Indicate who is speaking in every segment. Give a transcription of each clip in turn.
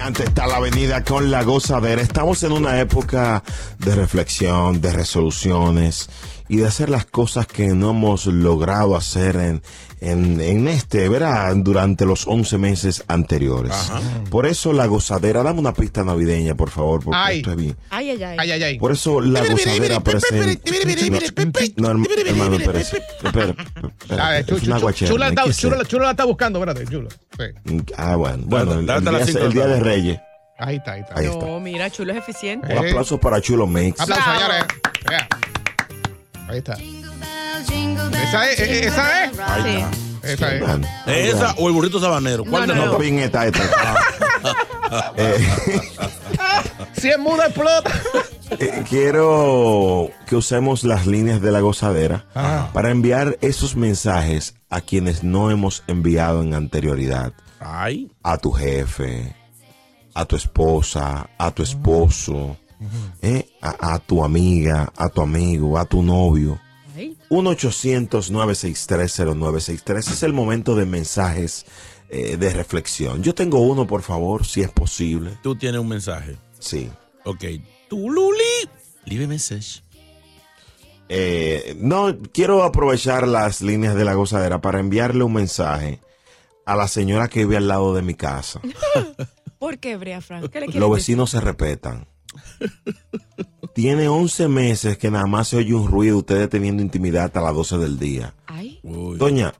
Speaker 1: Antes está la avenida con la gozadera. Estamos en una época de reflexión, de resoluciones y de hacer las cosas que no hemos logrado hacer en, en, en este, verá, durante los 11 meses anteriores. Por eso la gozadera, dame una pista navideña, por favor, porque
Speaker 2: Ay.
Speaker 1: esto es bien.
Speaker 3: Ay, ay, ay.
Speaker 2: Ay, ay, ay.
Speaker 1: Por eso la
Speaker 2: Mire, mire, mire,
Speaker 1: gozadera
Speaker 2: pe- pe-
Speaker 1: presenta.
Speaker 2: mire, mire, mire, pe- pe-
Speaker 1: No, herma-
Speaker 2: mire, mire,
Speaker 1: hermano,
Speaker 2: mire, pe-
Speaker 1: espérese. Espera, espera,
Speaker 2: A
Speaker 4: Ah,
Speaker 2: ver,
Speaker 1: espera,
Speaker 2: chu-
Speaker 1: es una
Speaker 2: chu- chu-
Speaker 1: guacherna,
Speaker 2: Chula
Speaker 1: hay
Speaker 2: está-
Speaker 1: que ser.
Speaker 2: chula- chula la está buscando, espérate, chula. Sí.
Speaker 1: Ah, bueno. Bueno, el,
Speaker 5: Date
Speaker 1: el
Speaker 5: a las
Speaker 1: día,
Speaker 5: cinco de
Speaker 1: el día
Speaker 5: la
Speaker 1: de
Speaker 5: tarde.
Speaker 1: Reyes.
Speaker 2: Ahí está, ahí está.
Speaker 1: Ahí está.
Speaker 3: No, mira, chulo es eficiente.
Speaker 4: Eh,
Speaker 1: Un aplauso para Chulo Mix.
Speaker 4: Ah,
Speaker 2: Aplausos,
Speaker 3: Bravo.
Speaker 2: señores. Vea. Ahí está. Esa es,
Speaker 4: eh,
Speaker 2: e- e- esa es.
Speaker 3: Sí.
Speaker 4: pues,
Speaker 2: Esa es.
Speaker 1: Man,
Speaker 5: ¿Esa o el burrito sabanero? ¿Cuál de
Speaker 3: No, no,
Speaker 5: los
Speaker 1: No,
Speaker 3: no.
Speaker 5: dos?
Speaker 1: bien esta, esta. Eh,
Speaker 2: Si es muda, explota.
Speaker 1: eh, quiero que usemos las líneas de la gozadera
Speaker 2: Ajá.
Speaker 1: para enviar esos mensajes a quienes no hemos enviado en anterioridad.
Speaker 5: Ay,
Speaker 1: A tu jefe, a tu esposa, a tu esposo, eh, a, a tu amiga, a tu amigo, a tu novio.
Speaker 3: Ay.
Speaker 1: 1-800-963-0963 es el momento de mensajes eh, de reflexión. Yo tengo uno, por favor, si es posible.
Speaker 5: tú tienes un mensaje.
Speaker 1: Sí.
Speaker 5: Ok. Tú, Luli. Leave a message.
Speaker 1: Eh, no, quiero aprovechar las líneas de la gozadera para enviarle un mensaje a la señora que vive al lado de mi casa.
Speaker 3: ¿Por qué, Brea Frank? ¿Qué le quieres
Speaker 1: Los
Speaker 3: decir?
Speaker 1: vecinos se respetan. Tiene 11 meses que nada más se oye un ruido, ustedes teniendo intimidad hasta las 12 del día.
Speaker 3: Ay,
Speaker 5: Uy.
Speaker 1: Doña,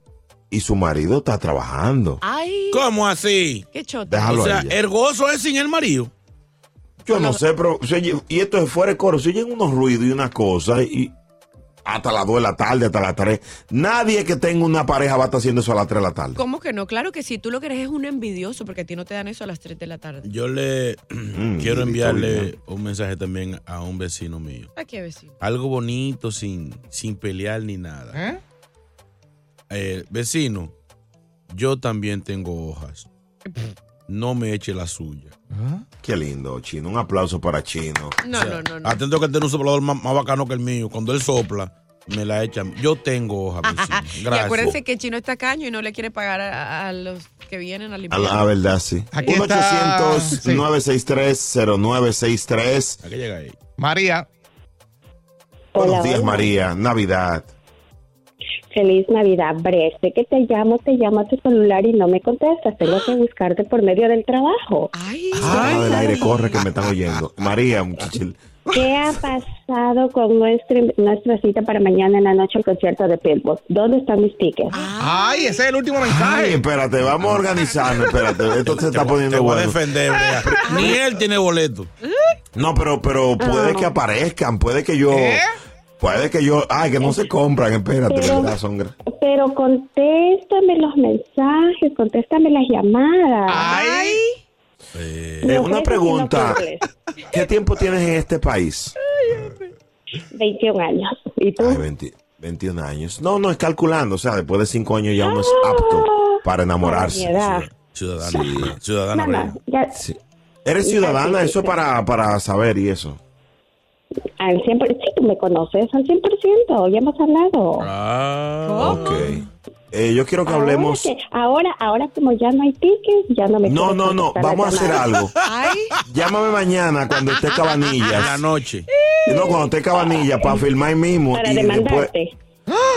Speaker 1: y su marido está trabajando.
Speaker 3: ay.
Speaker 5: ¿Cómo así?
Speaker 3: Qué chota.
Speaker 1: Déjalo
Speaker 5: O sea,
Speaker 1: ahí. ya.
Speaker 5: el gozo es sin el marido.
Speaker 1: Yo no sé, pero se oye- y esto es fuera de coro, se oyen unos ruidos y una cosa y hasta las 2 de la tarde, hasta las 3. Nadie que tenga una pareja va a estar haciendo eso a las 3 de la tarde.
Speaker 3: ¿Cómo que no? Claro que sí. Tú lo que eres es un envidioso porque a ti no te dan eso a las 3 de la tarde.
Speaker 6: Yo le
Speaker 7: Mm,
Speaker 1: Mm,
Speaker 6: quiero enviarle un mensaje también a un vecino mío.
Speaker 3: ¿A qué vecino?
Speaker 6: Algo bonito sin, sin pelear ni nada.
Speaker 2: ¿Eh?
Speaker 6: Eh, vecino, yo también tengo hojas. No me eche la suya.
Speaker 1: Qué lindo, Chino. Un aplauso para Chino.
Speaker 3: No, no, no,
Speaker 1: Ah,
Speaker 3: no.
Speaker 6: Atento que tiene un soplador más, más bacano que el mío. Cuando él sopla, me la echa. Yo tengo hojas, vecino.
Speaker 3: Y
Speaker 6: Gracias.
Speaker 3: acuérdense que el chino está caño y no le quiere pagar a, a los que vienen a
Speaker 1: A
Speaker 3: limpiar.
Speaker 1: la, a verdad, sí.
Speaker 2: Aquí está.
Speaker 1: 1-800-963-0963.
Speaker 6: ¿A qué llega ahí?
Speaker 2: María.
Speaker 1: Buenos
Speaker 8: Hola,
Speaker 1: días,
Speaker 8: hola.
Speaker 1: María. Navidad.
Speaker 8: Feliz Navidad, Bre. Sé que te llamo, te llamo a tu celular y no me contestas. Tengo que buscarte por medio del trabajo.
Speaker 1: Ah.
Speaker 3: Ay,
Speaker 1: Sácala del aire, corre que me están oyendo. María, muchachil.
Speaker 8: ¿Qué ha pasado con nuestra, nuestra cita para mañana en la noche al concierto de Pitbull? ¿Dónde están mis tickets?
Speaker 1: Ah.
Speaker 2: Ay, ese es el último
Speaker 1: Ay,
Speaker 2: mensaje.
Speaker 1: espérate, vamos a organizarnos. Espérate, esto se está
Speaker 6: Te
Speaker 1: poniendo
Speaker 6: voy a
Speaker 1: bueno.
Speaker 6: defender, Brea. Ni él tiene boleto.
Speaker 1: No, pero,
Speaker 8: Ah.
Speaker 1: pero puede que aparezcan, puede que yo.
Speaker 2: ¿Qué?
Speaker 1: Puede que yo. Ay, que no se compran, espérate,
Speaker 8: Pero-
Speaker 1: verdad, son gra-
Speaker 8: Pero contéstame los mensajes, contéstame las llamadas.
Speaker 2: Ay.
Speaker 1: Eh,
Speaker 8: No
Speaker 1: una
Speaker 8: sé si
Speaker 1: pregunta.
Speaker 8: no cumples.
Speaker 1: ¿Qué tiempo tienes en este país?
Speaker 8: 21 años. ¿Y tú?
Speaker 1: Ay, 20 21 años. No, no, es calculando. O sea, después de 5 años ya uno es
Speaker 8: Ah,
Speaker 1: apto para
Speaker 8: Mi
Speaker 1: enamorarse.
Speaker 8: edad.
Speaker 6: Ciudadana. Ciudadana,
Speaker 8: Mamá,
Speaker 6: Brea.
Speaker 8: ya-
Speaker 1: Sí. Eres ciudadana, eso para, para saber y eso.
Speaker 8: Al 100%, sí, tú me conoces al 100%, ya hemos hablado.
Speaker 1: Ah, ok. Eh, yo quiero que
Speaker 8: Ahora
Speaker 1: hablemos.
Speaker 8: que- Ahora, ahora como ya no hay tickets, ya no me
Speaker 1: No,
Speaker 8: quieres
Speaker 1: no, no,
Speaker 8: contestar
Speaker 1: vamos a
Speaker 8: las
Speaker 1: hacer
Speaker 8: llamadas.
Speaker 1: algo. Llámame mañana cuando esté Cabanillas.
Speaker 6: En la noche.
Speaker 1: No, cuando esté Cabanillas, para filmar ahí mismo.
Speaker 8: Para
Speaker 1: y después-
Speaker 8: demandarte.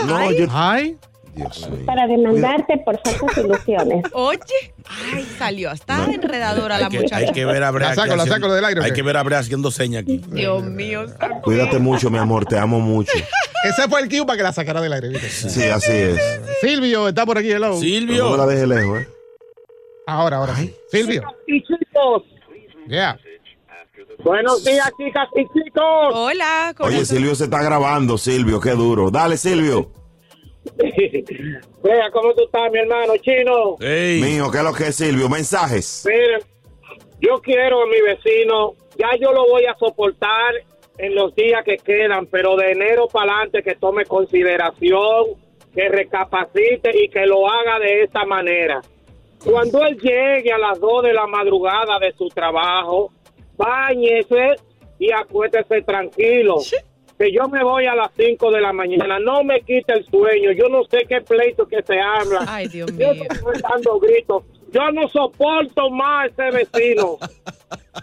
Speaker 1: No, yo.
Speaker 4: Ay.
Speaker 1: Dios mío.
Speaker 8: Para demandarte por falsas ilusiones.
Speaker 9: Oye, ay, salió hasta enredadora la
Speaker 6: Hay que,
Speaker 9: muchacha.
Speaker 6: hay que ver a Brea.
Speaker 1: La saco,
Speaker 6: aquí
Speaker 1: la saco
Speaker 6: haciendo-
Speaker 1: del aire, ¿o
Speaker 6: Hay
Speaker 1: qué?
Speaker 6: que ver a Brea haciendo señas aquí.
Speaker 9: Dios mío. santo.
Speaker 1: Cuídate mucho, mi amor, te amo mucho.
Speaker 4: Ese fue el cue para que la sacara del aire. ¿viste?
Speaker 1: Sí, así es.
Speaker 4: Silvio, está por aquí, hello.
Speaker 1: No me la dejes lejos, ¿eh?
Speaker 4: Ahora, ahora. sí. Silvio.
Speaker 10: Y chicos.
Speaker 4: Yeah.
Speaker 10: Buenos días, chicas y chicos.
Speaker 9: Hola.
Speaker 1: Oye, Silvio se está grabando, Silvio, qué duro. Dale, Silvio.
Speaker 10: Vea cómo tú estás, mi hermano chino.
Speaker 1: Mijo, ¿qué es lo que es, Silvio? Mensajes.
Speaker 10: Miren, yo quiero a mi vecino. Ya yo lo voy a soportar en los días que quedan, pero de enero para adelante que tome consideración, que recapacite y que lo haga de esta manera. Cuando él llegue a las 2 de la madrugada de su trabajo, báñese y acuéstese tranquilo. Que yo me voy a las 5 de la mañana. No me quite el sueño. Yo no sé qué pleito que se habla.
Speaker 9: Ay, Dios mío.
Speaker 10: Yo estoy dando gritos. Yo no soporto más ese vecino.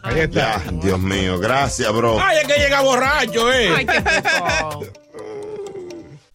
Speaker 1: Ahí está. Dios mío, gracias, bro.
Speaker 6: Ay, es que llega borracho, eh.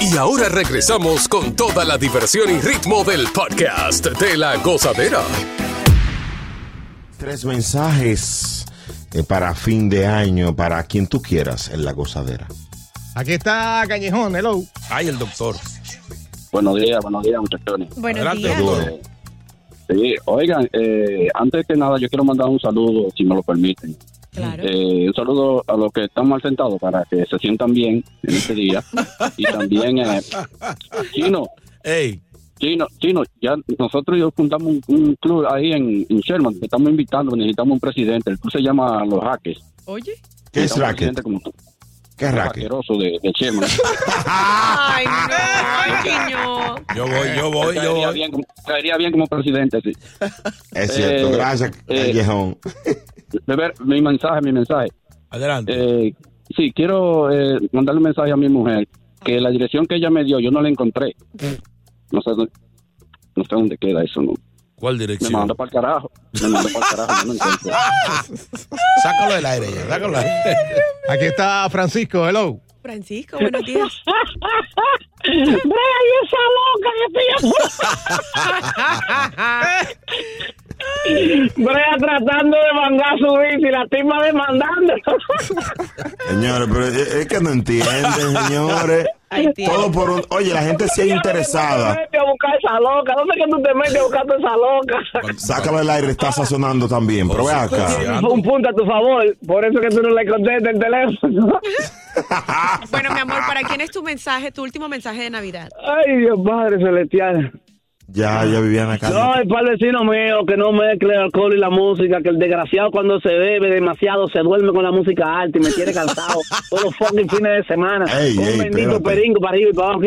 Speaker 11: Y ahora regresamos con toda la diversión y ritmo del podcast de la gozadera.
Speaker 1: Tres mensajes eh, para fin de año, para quien tú quieras en la gozadera.
Speaker 4: Aquí está Cañejón, hello.
Speaker 6: Ay, el doctor.
Speaker 12: Buenos días, buenos días, muchachones.
Speaker 9: Buenos Adelante, días. doctor.
Speaker 12: Eh, Sí, oigan, eh, antes que nada, yo quiero mandar un saludo, si me lo permiten. Eh, un saludo a los que están mal sentados para que se sientan bien en este día. y también, eh, Chino. Chino, Chino, ya nosotros y yo fundamos un, un club ahí en, en Sherman. Te estamos invitando, necesitamos un presidente. El club se llama Los Jaques.
Speaker 9: Oye.
Speaker 1: ¿Qué
Speaker 12: Necesitamos
Speaker 1: es
Speaker 12: un
Speaker 1: racket?
Speaker 12: presidente como tú.
Speaker 1: ¿Qué es racket?
Speaker 12: Vaqueroso de, de Sherman.
Speaker 9: Ay, no, ay, niño.
Speaker 6: Yo voy, yo voy, yo
Speaker 12: Caería
Speaker 6: voy.
Speaker 12: bien como- caería bien como presidente, sí.
Speaker 1: Es cierto,
Speaker 12: Eh,
Speaker 1: gracias,
Speaker 12: eh,
Speaker 1: Callejón.
Speaker 12: de ver mi mensaje, mi mensaje.
Speaker 6: Adelante.
Speaker 12: Eh, sí, quiero eh, mandarle un mensaje a mi mujer, que la dirección que ella me dio yo no la encontré. No sé, dónde- no sé dónde queda eso, ¿no?
Speaker 6: ¿Cuál
Speaker 12: Me
Speaker 6: dirección?
Speaker 12: mandó para el carajo. Me mandó para el carajo, no lo encuentro.
Speaker 6: Sácalo del aire ya, sácalo del aire.
Speaker 4: Aquí está Francisco, hello.
Speaker 9: Francisco, buenos días.
Speaker 13: Brea, y esa loca que estoy Brea tratando de mandar su bici, la estoy más demandando.
Speaker 1: Señores, pero es es que no entienden, señores.
Speaker 13: Ay, tío.
Speaker 1: Todo por un... Oye, la gente sí es interesada.
Speaker 13: Vete a buscar esa loca. ¿Dónde es que tú te metes a buscar esa loca?
Speaker 1: Sácalo del aire, está sazonando también. Pero ve acá.
Speaker 13: Un punto a tu favor. Por eso que tú no le contestas el teléfono.
Speaker 9: Bueno, mi amor, ¿para quién es tu mensaje, tu último mensaje de Navidad?
Speaker 13: Ay, Dios Padre Celestial.
Speaker 1: Ya, ya vivían acá.
Speaker 13: No, el padre vecino mío que no mezcle el alcohol y la música, que el desgraciado cuando se bebe demasiado se duerme con la música alta y me tiene cansado todos los fucking fines de semana.
Speaker 1: Ey,
Speaker 13: Un
Speaker 1: ey,
Speaker 13: bendito
Speaker 1: espérate.
Speaker 13: peringo para arriba y para abajo.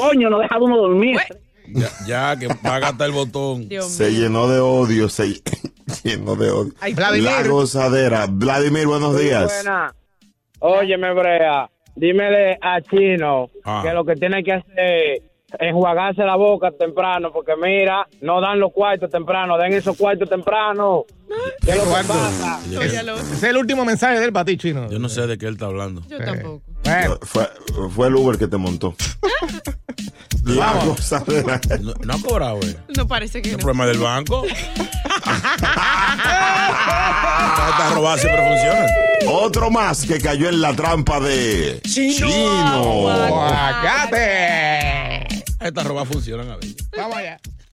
Speaker 13: Coño, no deja de uno dormir.
Speaker 6: Ya, ya, que va a gastar el botón.
Speaker 1: Se llenó de odio, se llenó de odio.
Speaker 6: Ay,
Speaker 1: La
Speaker 6: Vladimir.
Speaker 1: gozadera. Vladimir, buenos días.
Speaker 10: Buena. Óyeme, Brea, dímele a Chino
Speaker 1: Ah.
Speaker 10: que lo que tiene que hacer enjuagarse la boca temprano, porque mira, no dan los cuartos temprano, den esos cuartos temprano. ¿Qué es lo que pasa?
Speaker 4: Ese es el último mensaje del para ti, chino.
Speaker 6: Yo no sé de qué él está hablando.
Speaker 9: Yo tampoco.
Speaker 1: Fue, fue el Uber que te montó. La gozadera.
Speaker 6: No, no ha cobrado, güey.
Speaker 9: No parece que
Speaker 6: El
Speaker 9: no.
Speaker 6: problema del banco. Está robada siempre funciona.
Speaker 1: Otro más que cayó en la trampa de
Speaker 6: Chino.
Speaker 4: ¡Aguacate!
Speaker 6: Estas robas funcionan a veces.
Speaker 4: Vamos allá.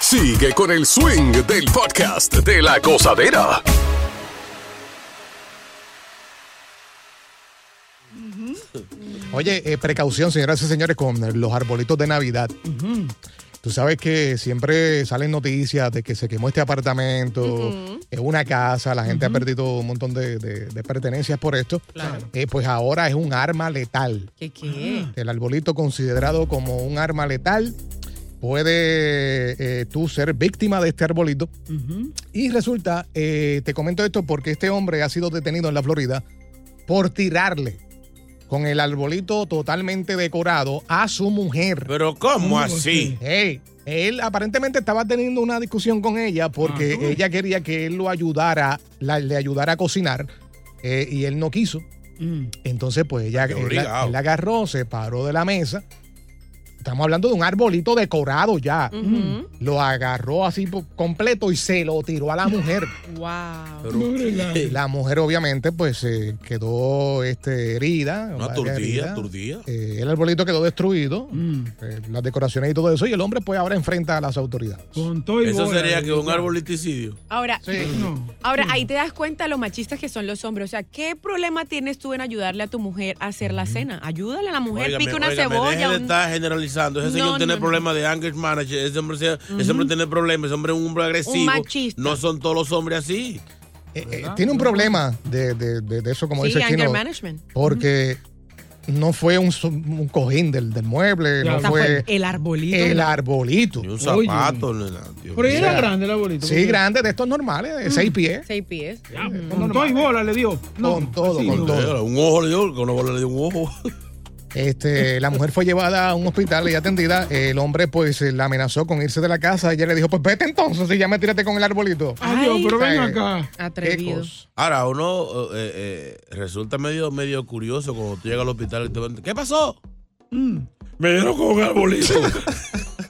Speaker 11: Sigue con el swing del podcast de la gozadera.
Speaker 4: Oye, eh, precaución, señoras y señores, con los arbolitos de Navidad. Tú sabes que siempre salen noticias de que se quemó este apartamento, es una casa, la gente ha perdido un montón de, de- de pertenencias por esto.
Speaker 9: Claro.
Speaker 4: Eh, pues ahora es un arma letal.
Speaker 9: ¿Qué qué?
Speaker 4: El arbolito considerado como un arma letal puede eh, tú ser víctima de este arbolito. Y resulta, eh, te comento esto porque este hombre ha sido detenido en la Florida por tirarle con el arbolito totalmente decorado a su mujer.
Speaker 6: Pero ¿cómo así?
Speaker 4: Hey, él aparentemente estaba teniendo una discusión con ella porque ella quería que él lo ayudara, la- le ayudara a cocinar eh, y él no quiso. Entonces, pues ella
Speaker 6: Mm. Qué
Speaker 4: él la-
Speaker 6: obligado.
Speaker 4: él agarró, se paró de la mesa. Estamos hablando de un arbolito decorado ya.
Speaker 9: Mm. Ujú.
Speaker 4: Lo agarró así por completo y se lo tiró a la mujer.
Speaker 9: Wow.
Speaker 4: La mujer, obviamente, pues eh, quedó este, herida.
Speaker 6: No,
Speaker 4: varias
Speaker 6: aturdía,
Speaker 4: heridas.
Speaker 6: aturdía.
Speaker 4: Eh, el arbolito quedó destruido,
Speaker 6: Mm.
Speaker 4: eh, las decoraciones y todo eso, y el hombre pues ahora enfrenta a las autoridades.
Speaker 6: Eso sería que un arboliticidio.
Speaker 9: Ahora,
Speaker 4: Eh,
Speaker 9: ahora ahí te das cuenta lo machistas que son los hombres. O sea, ¿qué problema tienes tú en ayudarle a tu mujer a hacer la cena? Ayúdale a la mujer,
Speaker 6: Óigame,
Speaker 9: pica una
Speaker 6: óigame, deje
Speaker 9: cebolla.
Speaker 6: de
Speaker 9: un-
Speaker 6: estar generalizando. Ese
Speaker 9: No,
Speaker 6: señor tiene
Speaker 9: no, no.
Speaker 6: problemas de anger manager. Ese hombre, sea- ese hombre tiene problemas. Ese hombre es un hombre agresivo.
Speaker 9: machista.
Speaker 6: No son todos los hombres así.
Speaker 4: Eh, tiene un problema de, de- de- de eso, como
Speaker 9: Sí,
Speaker 4: dice
Speaker 9: anger
Speaker 4: Chino,
Speaker 9: management.
Speaker 4: porque no fue un, so- un cojín del, del mueble,
Speaker 9: O
Speaker 4: no
Speaker 9: sea,
Speaker 4: fue
Speaker 9: fue el arbolito.
Speaker 4: el arbolito.
Speaker 6: Un zapato, nena. Dios
Speaker 4: Pero
Speaker 6: mío.
Speaker 4: era
Speaker 14: grande el arbolito.
Speaker 4: Sí, grande, de estos normales, de seis pies.
Speaker 9: Seis pies. Mm.
Speaker 14: Con todo y bola le dio.
Speaker 4: con todo,
Speaker 6: Sí,
Speaker 4: con todo.
Speaker 6: Un ojo le dio, con una bola le dio un ojo.
Speaker 4: Este, la mujer fue llevada a un hospital y atendida. El hombre, pues, eh, la amenazó con irse de la casa. Ella le dijo, pues vete entonces y ya me tírate con el arbolito.
Speaker 9: Ah,
Speaker 4: Eh,
Speaker 9: Atrevido.
Speaker 6: Ahora, uno eh, eh, resulta medio, medio curioso cuando tú llegas al hospital y te preguntan, ¿qué pasó?
Speaker 4: Mm.
Speaker 6: Me dieron con un arbolito.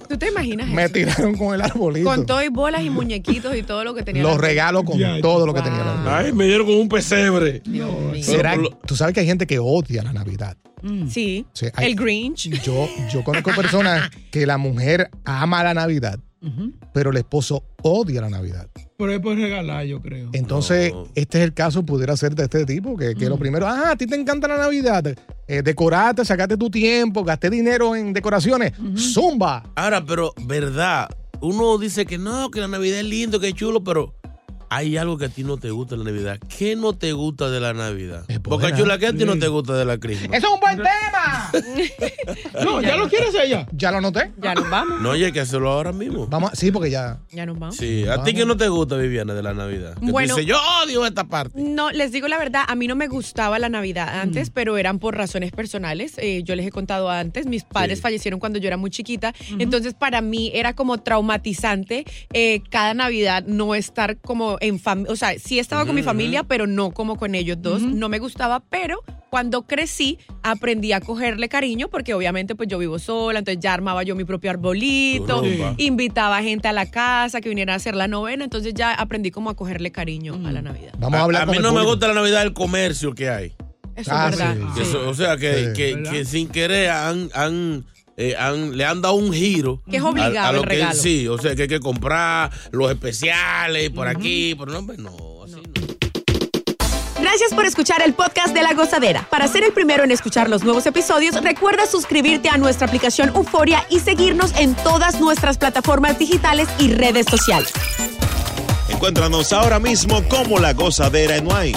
Speaker 9: ¿Tú te imaginas
Speaker 4: Me
Speaker 9: eso?
Speaker 4: tiraron con el arbolito.
Speaker 9: Con todo y bolas y muñequitos y todo lo que tenía.
Speaker 4: Los
Speaker 9: la-
Speaker 4: regalos con todo lo que tenía. el arbolito.
Speaker 6: Ay, me dieron con un pesebre.
Speaker 4: ¿Será- Tú sabes que hay gente que odia la Navidad.
Speaker 9: Sí.
Speaker 4: Sí, hay-
Speaker 9: El Grinch.
Speaker 4: Yo, yo conozco personas que la mujer ama la Navidad, pero el esposo odia la Navidad.
Speaker 14: Pero es por regalar, yo creo.
Speaker 4: Entonces, este es el caso, pudiera ser de este tipo, que, que lo primero, ah, a ti te encanta la Navidad, eh, decoraste, sacaste tu tiempo, gasté dinero en decoraciones, zumba.
Speaker 6: Ahora, pero, ¿verdad? Uno dice que no, que la Navidad es lindo, que es chulo, pero hay algo que a ti no te gusta de la Navidad. ¿Qué no te gusta de la Navidad? Porque chula, ¿qué a
Speaker 4: ¿eh?
Speaker 6: ti no te gusta de la Crisma?
Speaker 4: ¡Eso es un buen tema!
Speaker 14: No, ya lo quieres ella.
Speaker 4: Ya lo noté.
Speaker 9: Ya nos vamos.
Speaker 6: No, oye, hay que hacerlo ahora mismo.
Speaker 4: Vamos, sí, porque ya.
Speaker 9: Ya nos vamos.
Speaker 6: Sí, ¿a ti qué no te gusta, Viviana, de la Navidad? Que tú
Speaker 9: Bueno.
Speaker 6: dices, yo odio esta parte.
Speaker 9: No, les digo la verdad, a mí no me gustaba la Navidad
Speaker 3: Mm.
Speaker 9: antes, pero eran por razones personales. Eh, yo les he contado antes, mis padres fallecieron cuando yo era muy chiquita, entonces para mí era como traumatizante eh, cada Navidad no estar como en familia, o sea, sí estaba con mi
Speaker 3: Ujú,
Speaker 9: familia, pero no como con ellos dos, no me gustaba, pero Cuando crecí, aprendí a cogerle cariño porque obviamente pues yo vivo sola, entonces ya armaba yo mi propio arbolito,
Speaker 3: Tu rumba.
Speaker 9: invitaba gente a la casa que viniera a hacer la novena, entonces ya aprendí como a cogerle cariño a la Navidad.
Speaker 4: Vamos a hablar
Speaker 6: A
Speaker 4: con
Speaker 6: mí
Speaker 4: el
Speaker 6: no me
Speaker 4: público.
Speaker 6: gusta la Navidad del comercio que hay.
Speaker 9: Eso es verdad.
Speaker 6: Que eso- o sea, que, que- que sin querer han, han, eh, han- le han dado un giro.
Speaker 9: Que es obligado
Speaker 6: a, a lo
Speaker 9: el
Speaker 6: que-
Speaker 9: regalo.
Speaker 6: sí, o sea, que hay que comprar los especiales por aquí, por no, hombre, no.
Speaker 3: Gracias por escuchar el podcast de La Gozadera. Para ser el primero en escuchar los nuevos episodios, recuerda suscribirte a nuestra aplicación Euforia y seguirnos en todas nuestras plataformas digitales y redes sociales.
Speaker 5: Encuéntranos ahora mismo como La Gozadera en Wine.